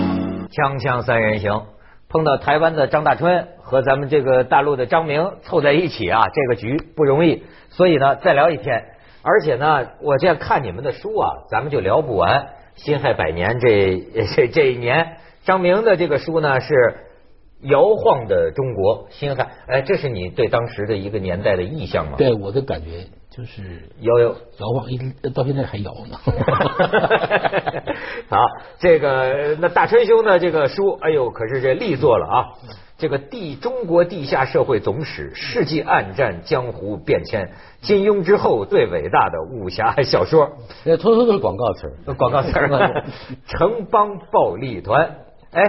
锵锵三人行，碰到台湾的张大春和咱们这个大陆的张明凑在一起啊，这个局不容易。所以呢，再聊一天。而且呢，我这样看你们的书啊，咱们就聊不完。辛亥百年这 这这一年，张明的这个书呢是《摇晃的中国》，辛亥，哎，这是你对当时的一个年代的意向吗？对我的感觉就是摇摇。摇晃，一直到现在还摇呢。 好，这个那大春兄的这个书，哎呦，可是这力作了啊！这个地中国地下社会总史，世纪暗战、江湖变迁，金庸之后最伟大的武侠小说，那通通都是广告词儿。广告词儿， 城邦暴力团。哎，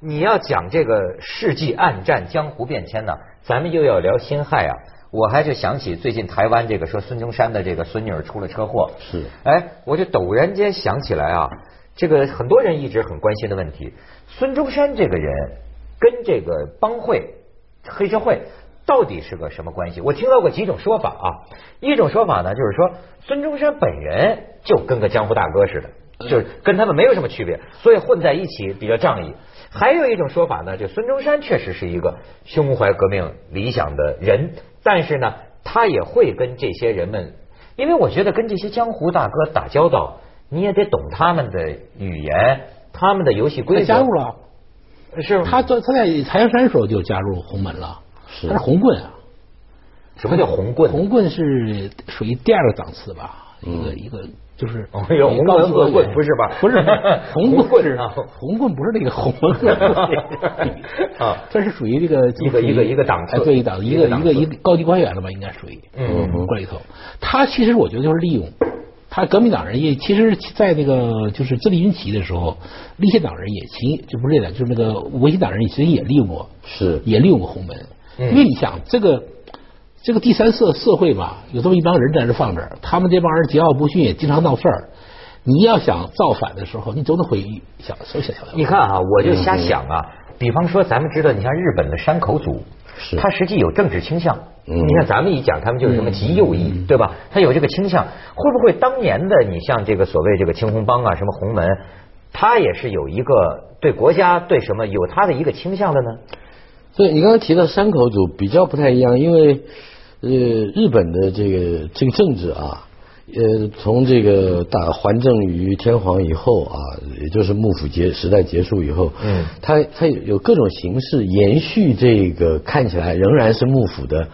你要讲这个世纪暗战、江湖变迁呢，咱们又要聊辛亥啊。我还是想起最近台湾这个说孙中山的这个孙女儿出了车祸，是哎，我就陡然间想起来啊，这个很多人一直很关心的问题，孙中山这个人跟这个帮会、黑社会到底是个什么关系？我听到过几种说法啊，一种说法呢就是说孙中山本人就跟个江湖大哥似的，就是跟他们没有什么区别，所以混在一起比较仗义。还有一种说法呢，就孙中山确实是一个胸怀革命理想的人，但是呢，他也会跟这些人们，因为我觉得跟这些江湖大哥打交道，你也得懂他们的语言，他们的游戏规他则。加入了，是吗？他在他在财阳山的时候就加入洪门了，是他是红棍啊。什么叫红棍？红棍是属于第二个档次吧，一个一个就是哦有红高棍级恶棍的不是吧 不是红红棍是啊红棍不是那个红棍 啊这是属于这个就一个属于一个一个档次哎对一档一一个个档一次个一个高级官员了吧，应该属于嗯嗯过里头。他其实我觉得就是利用。他革命党人也，其实，在那个就是自立军旗的时候，立宪党人也其就不是立宪党，就是那个维新党人，其实也利用过，是也利用过红门，嗯因为你想这个这个第三社社会吧，有这么一帮人在这放着，他们这帮人桀骜不驯，也经常闹事儿。你要想造反的时候，你总得回小小小小你看啊，我就瞎想啊，嗯比方说咱们知道，你像日本的山口组，是他实际有政治倾向。嗯你看咱们一讲，他们就是什么极右翼，嗯对吧？他有这个倾向，会不会当年的你像这个所谓这个青红帮啊，什么红门，他也是有一个对国家对什么有他的一个倾向的呢？对你刚刚提到山口组比较不太一样，因为呃，日本的这个这个政治啊，呃，从这个打还政于天皇以后啊，也就是幕府结时代结束以后，嗯它它有有各种形式延续这个看起来仍然是幕府的，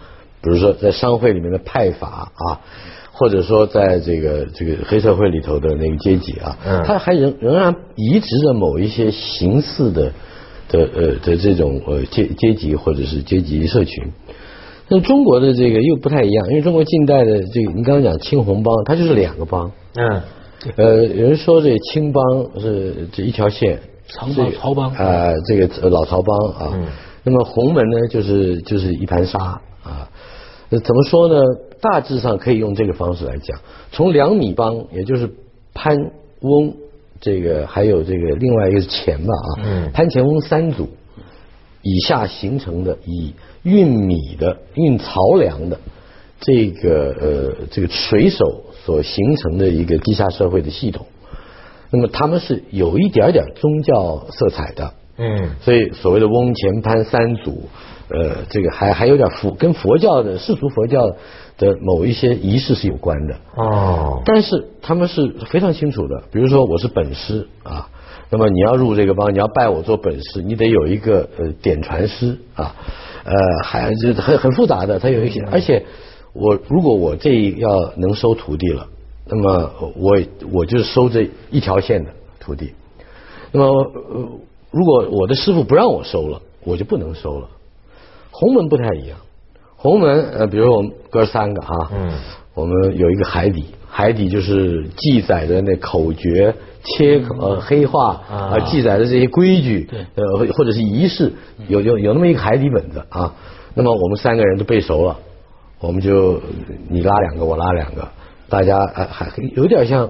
比如说在商会里面的派阀啊。或者说，在这个这个黑社会里头的那个阶级啊，嗯它还仍仍然移植着某一些形式的的呃的这种呃阶阶级或者是阶级社群。那中国的这个又不太一样，因为中国近代的这个，你刚刚讲青红帮，它就是两个帮。嗯，呃，有人说这青帮是这一条线，长帮这个曹帮啊、这个呃老曹帮啊。那么洪门呢，就是就是一盘沙啊。呃怎么说呢？大致上可以用这个方式来讲，从两米帮，也就是潘翁这个，还有这个另外一个是钱吧啊，嗯潘钱翁三组以下形成的以运米的、运漕粮的这个呃这个水手所形成的一个地下社会的系统。那么他们是有一点点宗教色彩的，嗯，所以所谓的翁钱潘三祖，呃，这个还还有点佛跟佛教的世俗佛教的某一些仪式是有关的。哦，但是他们是非常清楚的，比如说我是本师啊，那么你要入这个帮，你要拜我做本师，你得有一个呃点传师啊，呃，还这很很复杂的，它有一些，而且我如果我这一要能收徒弟了，那么我我就是收这一条线的徒弟，那么、呃、如果我的师傅不让我收了，我就不能收了。洪门不太一样，洪门呃，比如我们哥三个啊，嗯我们有一个海底，海底就是记载的那口诀、切口呃黑话嗯啊啊，记载的这些规矩，对呃，或或者是仪式，嗯有有有那么一个海底本子啊。那么我们三个人都背熟了，我们就你拉两个，我拉两个，大家呃还有点像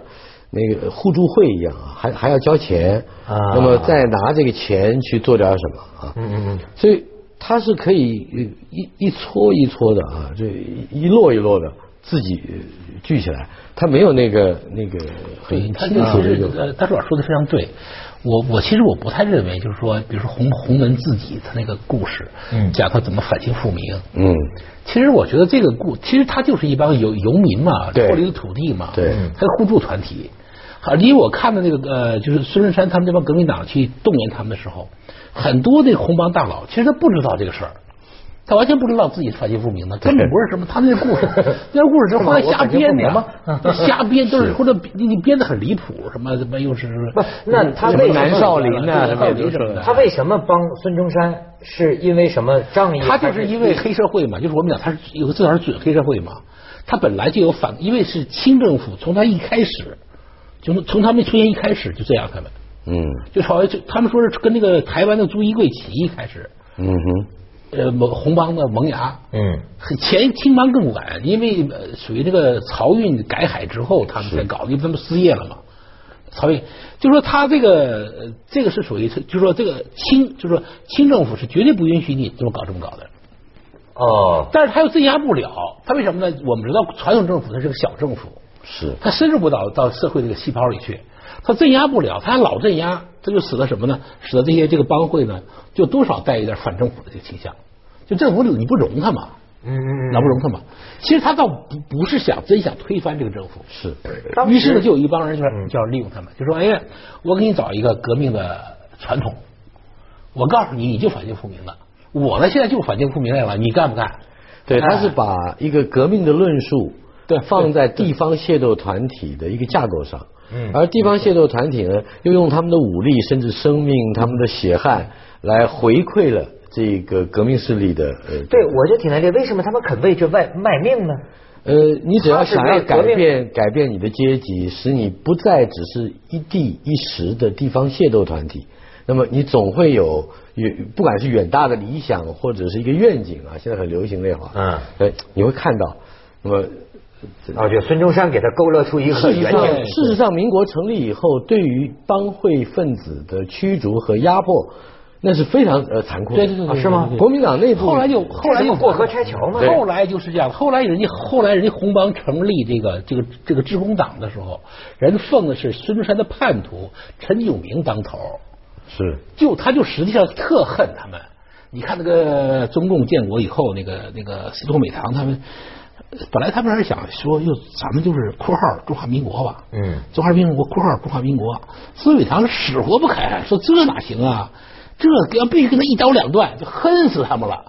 那个互助会一样啊，还还要交钱啊那么再拿这个钱去做点什么啊？嗯嗯嗯，所以它是可以呃一一撮一撮的啊，这一一摞一摞的自己呃聚起来，他没有那个那个很对，他清这个楚的是一个呃，大主管说的非常对。我我其实我不太认为，就是说，比如说洪洪门自己他那个故事，嗯讲他怎么反清复明。嗯其实我觉得这个故，其实他就是一帮游游民嘛，对脱离了土地嘛，对他是互助团体。而且我看的那个呃，就是孙中山他们这帮革命党去动员他们的时候，很多的红帮大佬其实他不知道这个事儿。他完全不知道自己是反清复明的，根本不是什么。他那故事，那故事是后来瞎编的呀，瞎编都是或者你你编的很离谱，什么什么又是不那他嗯什么为什么南少林啊呐，啊什什么么也也都都是是的。他为什么帮孙中山？是因为什么仗义？他就还是因为黑社会嘛，就是我们讲他是有个最早是准黑社会嘛，他本来就有反，因为是清政府从他一开始，就是从他们出现一开始就这样，他们嗯就好像就他们说是跟那个台湾的朱一贵起义开始，嗯哼呃，蒙红帮的萌芽。嗯前青帮更晚，因为呃属于这个漕运改海之后，他们才搞的，因为他们失业了嘛。漕运就说他这个呃这个是属于，就说这个清，就说清政府是绝对不允许你这么搞这么搞的。哦但是他又镇压不了，他为什么呢？我们知道传统政府它是个小政府，是它深入不到到社会这个细胞里去，他镇压不了，他还老镇压，这就使得什么呢？使得这些这个帮会呢，就多少带一点反政府的这个倾向。就政府你不容他嘛，嗯嗯饶不容他嘛。其实他倒不不是想真想推翻这个政府，是当时于是呢，就有一帮人就是就要利用他们，就说：“哎呀，我给你找一个革命的传统，我告诉你，你就反清复明了。我呢，现在就反清复明来了，你干不干？”对，他是哎把一个革命的论述对放在地方械斗团体的一个架构上，嗯而地方械斗团体呢，又用他们的武力甚至生命、他们的血汗来回馈了这个革命势力的呃对，我就挺难理解为什么他们肯为这卖卖命呢？呃，你只要想他要是为革改命变改变你的阶级，使你不再只是一地一时的地方械斗团体，那么你总会有远，不管是远大的理想或者是一个愿景啊，现在很流行这话，嗯呃，你会看到，那么啊，就孙中山给他勾勒出一个事实远上景，，事实上，民国成立以后，对于帮会分子的驱逐和压迫，那是非常呃残酷的。对对对啊对，是吗对对国民党内部后来就后来这就不过河拆桥吗后来就是这样，后来人家后来人家红帮成立这个这个这个致公党的时候，人奉的是孙中山的叛徒陈炯明当头，是就他就实际上特恨他们。你看那个中共建国以后，那个那个司徒美堂他们，呃本来他们还想说，哟，咱们就是括号中华民国吧，嗯，中华民国（括号中华民国），司徒美堂死活不肯，说这哪行啊？这要必须跟他一刀两断，就恨死他们了。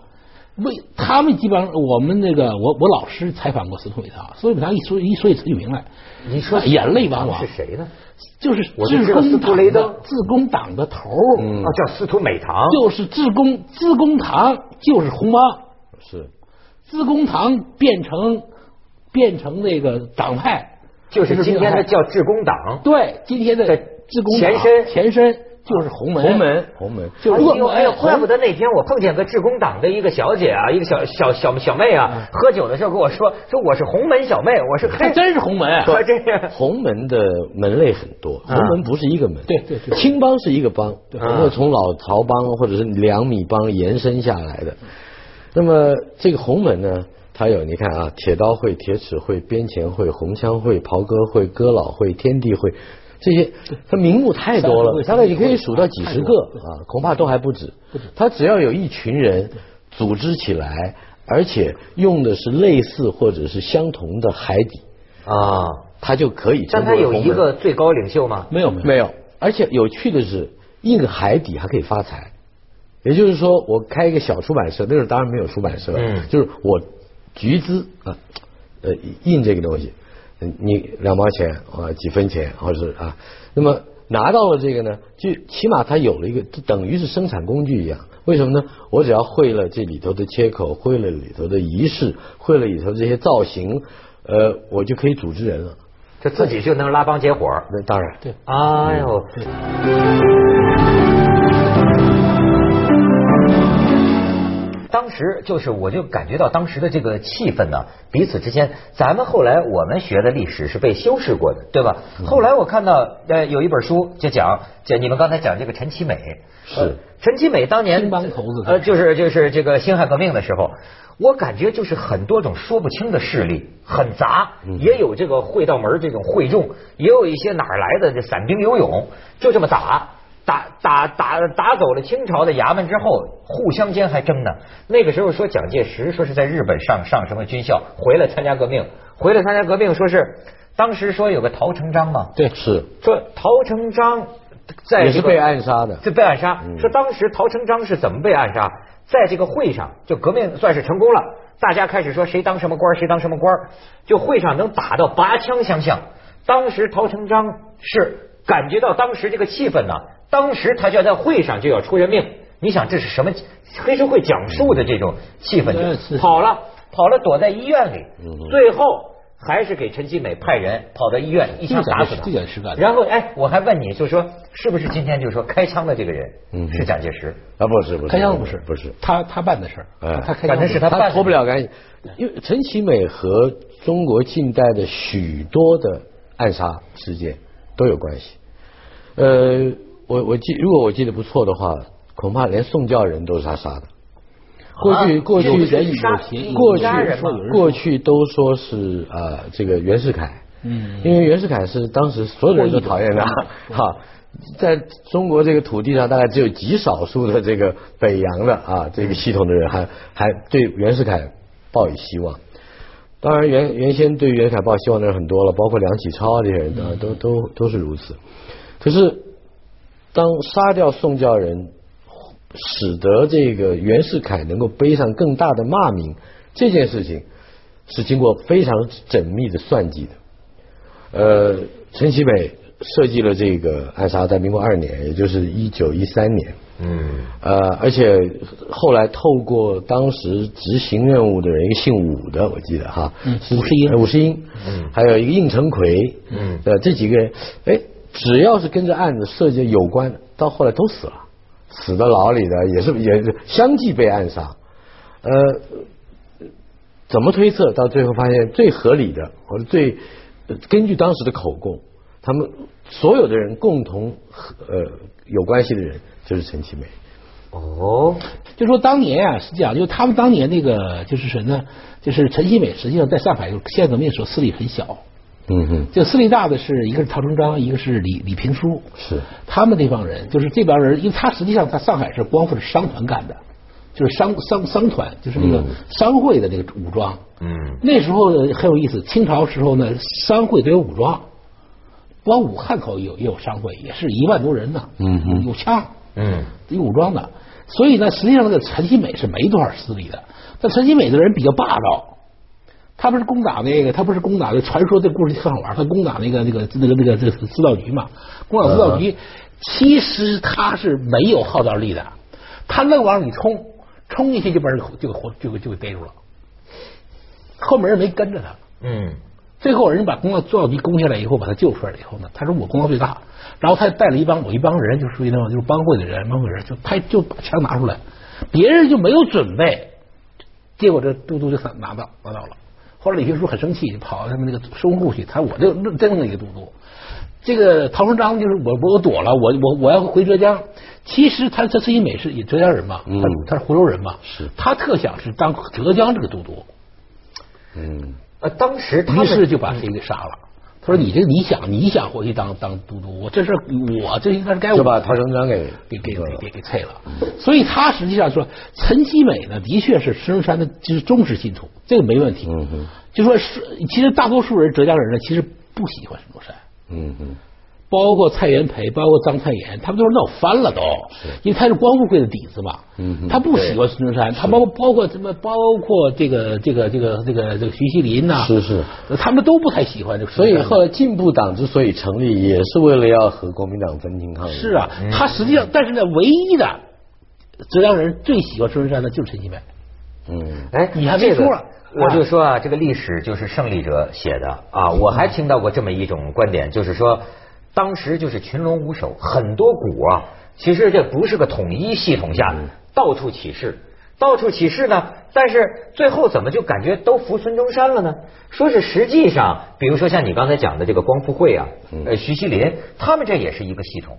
为他们基本上，我们那个我我老师采访过司徒美堂，司徒美堂一说一说起陈炯明来，你说眼泪汪汪是，谁呢？就是我就知致道公司徒雷党登的致公党的头儿，嗯哦，叫司徒美堂。就是自公自公堂就是红帮，是，自公堂变成变成那个党派，就是今天的这个叫致公党。对今天的自公党前身前身就是红门红门红门就是哎呦，哎呦，红怪不得那天我碰见个致公党的一个小姐啊，一个小小小小妹啊，喝酒的时候跟我说，说我是红门小妹，我是 还黑，真是红门啊，还真 是红门的门类很多，红门不是一个门，对对对青帮是一个帮，对然后从老曹帮或者是两米帮延伸下来的。那么这个红门呢，它有你看啊，铁刀会、铁齿会、边前会、红枪会、袍哥会、哥老会、天地会，这些它名目太多三十了，个大概你可以数到几十太多个了啊，恐怕都还不止。它只要有一群人组织起来，而且用的是类似或者是相同的海底。啊。它就可以但成他为有红一门个最高领袖吗？没有没有没有，而且有趣的是，印个海底还可以发财，也就是说，我开一个小出版社，那时候当然没有出版社，嗯就是我集资啊，呃，印这个东西，呃你两毛钱啊，几分钱，或者是啊，那么拿到了这个呢，就起码它有了一个，就等于是生产工具一样。为什么呢？我只要会了这里头的切口，会了里头的仪式，会了里头这些造型，呃，我就可以组织人了。他自己就能拉帮结伙。那当然，对哎呦，当时就是，我就感觉到当时的这个气氛呢、彼此之间，咱们后来我们学的历史是被修饰过的，对吧？嗯后来我看到呃有一本书就讲，这你们刚才讲这个陈其美是呃陈其美当年青帮头子呃就是就是这个辛亥革命的时候，我感觉就是很多种说不清的势力，很杂，嗯也有这个会道门这种会众，也有一些哪儿来的这散兵游勇，就这么打。打打打打走了清朝的衙门之后，互相间还争呢。那个时候说蒋介石说是在日本上上什么军校，回来参加革命，回来参加革命，说是当时说有个陶成章嘛，对，是说陶成章在也这是个被暗杀嗯的。就被暗杀。说当时陶成章是怎么被暗杀？在这个会上，就革命算是成功了，大家开始说谁当什么官，谁当什么官，就会上能打到拔枪相向。当时陶成章是感觉到当时这个气氛呢、当时他就要在会上就要出人命。你想这是什么黑社会讲述的这种气氛嗯就是跑了，跑了躲在医院嗯里，最后还是给陈其美派人跑到医院一枪打死他。这点是干的。然后，哎，我还问你，就说是不是今天就说开枪的这个人是蒋介石？啊，不是不是，开枪不是不是，他他办的事儿，哎他开反枪正不是他办的脱不了干系。因为陈其美和中国近代的许多的暗杀事件都有关系。呃，我我记，如果我记得不错的话，恐怕连宋教仁都是他杀的。过去啊过去有人人有杀嫌疑有过去杀人吗过去都说是啊、呃这个袁世凯，嗯，因为袁世凯是当时所有人都讨厌他， 哈、在中国这个土地上，大概只有极少数的这个北洋的啊这个系统的人还还对袁世凯抱以希望。当然原原先对袁世凯抱希望的人很多了，包括梁启超啊这些人啊，都都都是如此。可是当杀掉宋教仁，使得这个袁世凯能够背上更大的骂名，这件事情是经过非常缜密的算计的。呃，陈其美设计了这个暗杀，在民国二年，也就是一九一三年。嗯，呃，而且后来透过当时执行任务的人，一个姓武的，我记得哈，嗯是武世英呃武世英，嗯还有一个应成奎，嗯呃，这几个人，哎，只要是跟这案子涉及有关的，到后来都死了，死到牢里的也是也是相继被暗杀，呃，怎么推测？到最后发现最合理的，或者最呃根据当时的口供，他们所有的人共同和呃有关系的人就是陈其美。哦，就说当年啊，是这样，就他们当年那个就是谁呢？就是陈其美，实际上在上海就是现在革命的时候势力很小，嗯哼，就势力大的是一个是陶成章，一个是李李平书，是他们这帮人，就是这帮人，因为他实际上在上海是光复是商团干的，就是商商商团，就是那嗯个商会的那个武装。嗯，那时候呢很有意思，清朝时候呢，商会都有武装，光武汉口也有也有商会，也是一万多人呢。嗯哼有枪，嗯，有武装的，所以呢，实际上那个陈其美是没多少势力的，但陈其美的人比较霸道。他不是攻打那个，他不是攻打那传说这故事很好玩，他攻打那个那个那个那个这个资料局嘛，攻打资料局，其实他是没有号召力的，他愣往里冲，冲进去就把人就就就就逮住了，后面人没跟着他，嗯，最后人把公道做到底攻下来以后，把他救出来了以后呢，他说我功劳最大，然后他带了一帮我一帮人，就属于那种就是帮会的人，帮会人就拍就把枪拿出来，别人就没有准备，结果这都督就拿到拿到了。后来李平书很生气，就跑到他们那个收容部去，他说我这扔了一个都督。这个陶成章就是我我我躲了，我我我要回浙江。其实他他自己美是也浙江人嘛，嗯他他是湖州人嘛，是他特想是当浙江这个都督。嗯，呃，当时他于们是就把谁给杀了。他说：“你这你想你想回去当当都督，我这是我这应该是该我就把陶成章给给给给给给退了。”所以他实际上说，陈其美呢，的确是孙中山的就是忠实信徒，这个没问题。嗯哼就说是其实大多数人浙江人呢，其实不喜欢孙中山。嗯哼，包括蔡元培，包括张太炎，他们都是闹翻了都，因为他是光复会的底子嘛。嗯哼他不喜欢孙中山，他包括包括什么，包括这个这个这个这个这个徐锡麟呐、是是，他们都不太喜欢这个所孙以中山。后来进步党之所以成立，也是为了要和国民党分庭抗礼。是，啊，嗯他实际上，但是呢，唯一的浙江人最喜欢孙中山的就是陈其美。嗯，哎，你还没这个说了我就说啊，这个历史就是胜利者写的啊。我还听到过这么一种观点，就是说，当时就是群龙无首，很多股啊，其实这不是个统一系统下嗯到处起事，到处起事呢，但是最后怎么就感觉都服孙中山了呢？说是实际上，比如说像你刚才讲的这个光复会啊，嗯呃，徐锡麟他们这也是一个系统，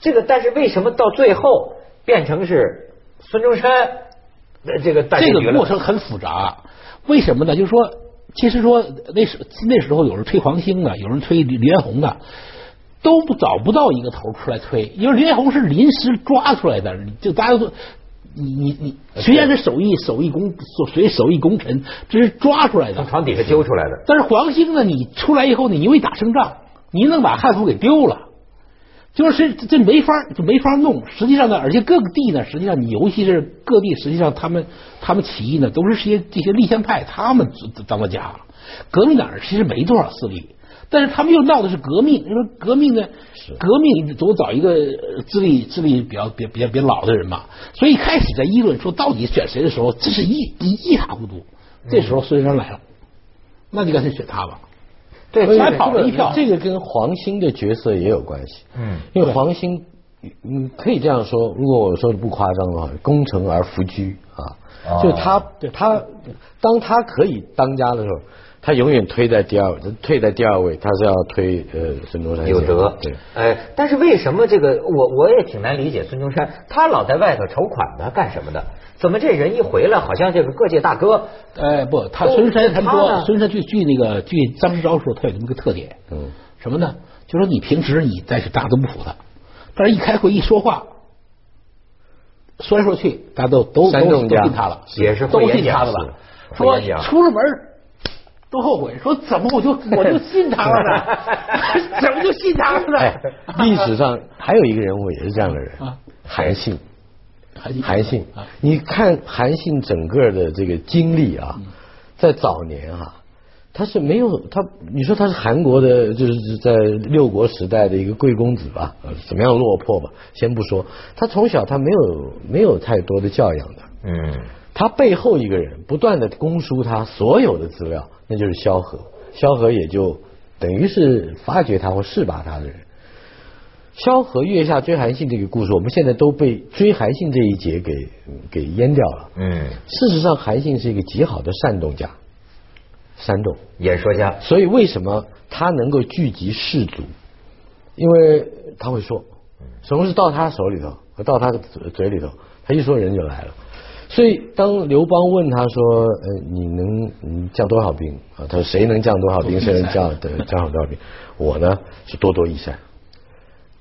这个但是为什么到最后变成是孙中山那这个大结这局个过了。程很复杂，为什么呢？就是说，其实说那时那时候有人推黄兴的，有人推李李彦宏的，都不找不到一个头出来推，因为李彦宏是临时抓出来的，就大家都。你你你，呃虽然是手艺手艺工，所所谓手艺功臣，这是抓出来的从。床底下揪出来的，但是黄兴呢，你出来以后呢，你又一打胜仗，你能把汉服给丢了，就是这这没法儿就没法儿弄。实际上呢，而且各个地呢，实际上你尤其是各地，实际上他们他们起义呢，都是些这些立宪派他们当当了家了。革命党人其实没多少势力，但是他们又闹的是革命。你说革命呢？革命总找一个呃资历资历比较比较比较比较老的人嘛。所以一开始在议论说到底选谁的时候，这是一一一塌糊涂。这时候孙中山来了。那就干脆选他吧。对所以这还跑了一票这个跟黄兴的角色也有关系。嗯，因为黄兴，嗯，可以这样说，如果我说的不夸张的话，功成而弗居哦啊，就他他当他可以当家的时候，他永远推在第二，退在第二位，他是要推呃孙中山嗯先有生德对。，呃，但是为什么这个我我也挺难理解孙中山，他老在外头筹款呢，干什么的？怎么这人一回来，好像这个各界大哥，哎，不，他哦孙中山他们他说，呢孙中山据据那个据张之昭说，他有这么个特点，嗯，什么呢？就说你平时你再去大家都不服他，但是一开会一说话，说来说去，大家都都煽都动都家信他了，也是都慧眼信他讲了是吧？慧说眼讲出了门儿都后悔，说怎么我就我就信他了呢？怎么就信他 了哎呢？，历史上还有一个人物也是这样的人啊，韩信。韩信韩信啊，你看韩信整个的这个经历啊，嗯在早年啊，他是没有他，你说他是韩国的，就是在六国时代的一个贵公子吧，呃怎么样落魄吧，先不说，他从小他没有没有太多的教养的，嗯，他背后一个人不断的供书他所有的资料，那就是萧何，萧何也就等于是发掘他或释拔他的人。萧何月下追韩信这个故事，我们现在都被追韩信这一节给给淹掉了。嗯，事实上，韩信是一个极好的煽动家，煽动。演说家，所以为什么他能够聚集士族？因为他会说，什么是到他手里头，到他的嘴嘴里头，他一说人就来了。所以当刘邦问他说：“呃，你能你降多少兵啊？”他说：“谁能降多少兵，谁能降对降多少兵？我呢是多多益善。”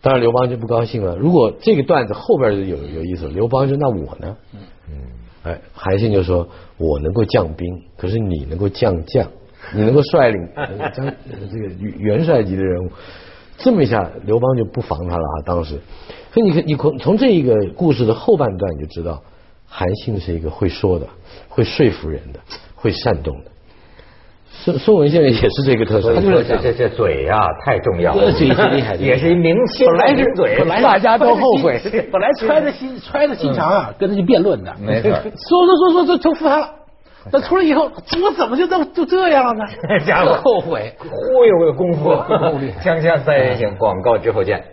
当然刘邦就不高兴了。如果这个段子后边有有意思了，刘邦说：“那我呢？”嗯哎，韩信就说：“我能够降兵，可是你能够降 将，你能够率领 呃将呃这个元帅级的人物。”这么一下，刘邦就不防他了啊！当时，所以你看，你从从这一个故事的后半段你就知道，韩信是一个会说的、会说服人的、会煽动的。宋宋文先生也是这个特所色，他以就说是这这样这这嘴呀、太重要了，这嘴是厉害的也是一明星，本来是名嘴，本来大家都后悔 本来揣着心揣着心肠啊，跟他去辩论的，没错？说说说说说就服他了。那出来以后，我怎么就都就 这样了呢家伙后悔。忽悠的功夫 功夫厉，害锵锵三人行，广告之后见。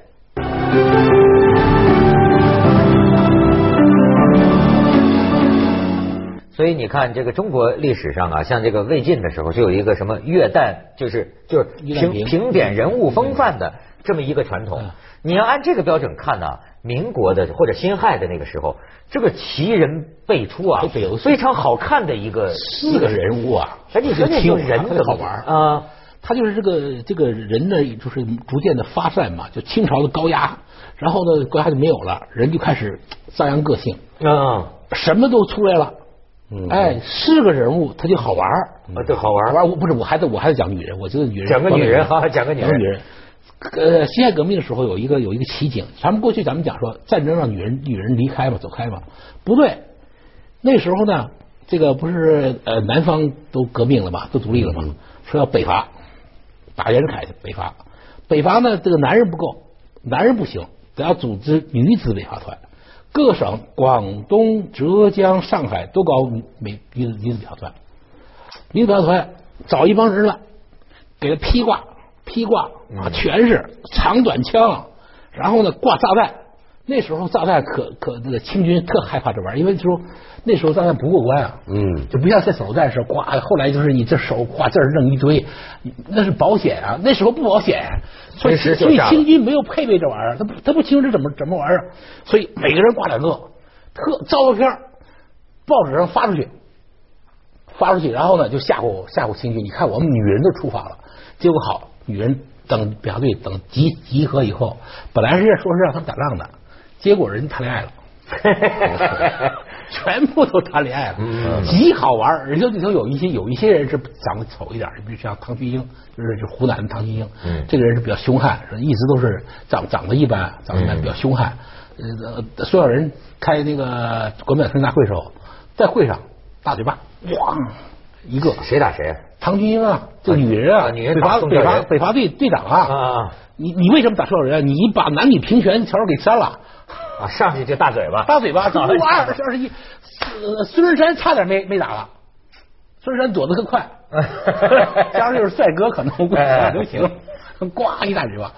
所以你看，这个中国历史上啊，像这个魏晋的时候，就有一个什么越旦，就是就是一览评平评点人物风范的这么一个传统嗯。你要按这个标准看呢、民国的或者辛亥的那个时候，这个奇人辈出啊都北欧，非常好看的一个四个人物 啊，哎，你说那挺就是人特别怎么好玩儿啊？他就是这个这个人呢，就是逐渐的发散嘛，就清朝的高压，然后呢高压就没有了，人就开始张扬个性，啊，什么都出来了。哎，是个人物，他就好玩儿啊对好玩儿好玩儿我不是，我还得我还得讲女人，我觉得女人讲个女人哈讲个女女人女人。呃，辛亥革命的时候有一个有一个奇景，咱们过去咱们讲说战争让女人女人离开吧，走开吧，不对，那时候呢，这个不是呃南方都革命了嘛，都独立了嘛，嗯说要北伐，打袁世凯去北伐，北伐呢这个男人不够，男人不行，得要组织女子北伐团，各个省广东、浙江、上海都搞美女子女子北伐团，女子北伐团找一帮人来，给他披挂，披挂嗯啊，全是长短枪，然后呢挂炸弹。那时候炸弹可可那个清军特害怕这玩意儿，因为就说那时候炸弹不过关啊，嗯就不像现在手榴弹是呱，后来就是你这手呱这儿弄一堆，那是保险啊，那时候不保险，所以随时就所以炸了清军没有配备这玩意儿，他不啊他不清楚这怎么怎么玩意儿，所以每个人挂两个，特照个片儿报纸上发出去，发出去，然后呢就吓唬吓唬清军，你看我们女人都出发了，结果好，女人等表队等集集合以后，本来是说是让他们打仗的，结果人谈恋爱了。全部都谈恋爱了，极好玩儿。人家里头有一些有一些人是长得丑一点儿，比如像唐菊英，就是就湖南的唐菊英，嗯这个人是比较凶悍，一直都是长长得一般，长得一般嗯比较凶悍。呃，孙小人开那个国民党参加会时候，在会上大嘴巴，哇，一个谁打谁啊？唐菊英啊，这女人啊啊，女人北打伐宋北教伐仁北伐队队长啊啊，啊你你为什么打孙小人啊？你把男女平权条给删了。啊！上去就大嘴巴，大 嘴巴，好，五二二十一，呃孙中山差点没没打了，孙中山躲得更快加上就是帅哥，可能估计哎流行，呱一大嘴巴。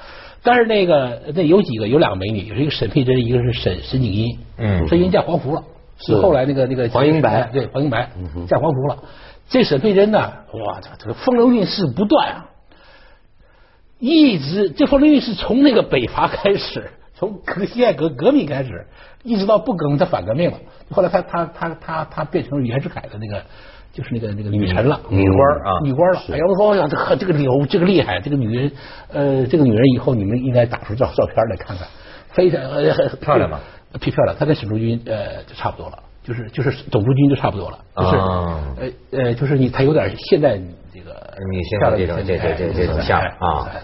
但是那个那有几个有两个美女，有一个沈佩珍，一个是沈沈景英，嗯沈景英嫁黄福了，是后来那个那个黄英白对黄英白嫁黄福了。这沈佩珍呢，哇，这这个风流韵事不断啊，一直这风流韵事从那个北伐开始， 从革辛亥革革命开始，一直到不革命，他反革命了。后来他他他他他变成袁世凯的那个就是那个那个女臣了，女官儿啊女官儿了。哎呀，我我想这个这个牛，这个厉害，这个女人，呃，这个女人以后你们应该打出照照片来看看，非常呃漂亮吗？挺漂亮，她跟沈竹君呃就差不多了，就是就是董竹君就差不多了，就是、啊呃呃就是你她有点现代这个女性漂的亮这种这这这这种哎像哎啊哎。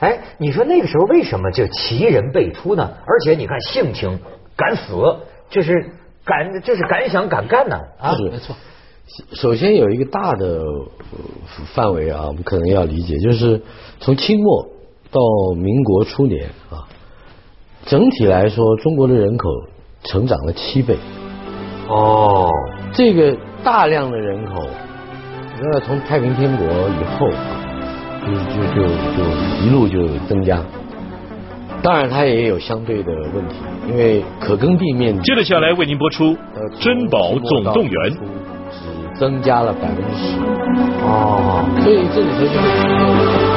哎，你说那个时候为什么就旗人辈出呢？而且你看性情，敢死，就是敢，就是敢想敢干呢啊！是没错，首先有一个大的呃范围啊，我们可能要理解，就是从清末到民国初年啊，整体来说，中国的人口成长了七倍。哦，这个大量的人口，那从太平天国以后啊，就就就就一路就增加。当然，它也有相对的问题，因为可耕地面积接着下来为您播出《呃从珍宝总动员》。清末到民国初只增加了百分之十，哦。所以这里头就是。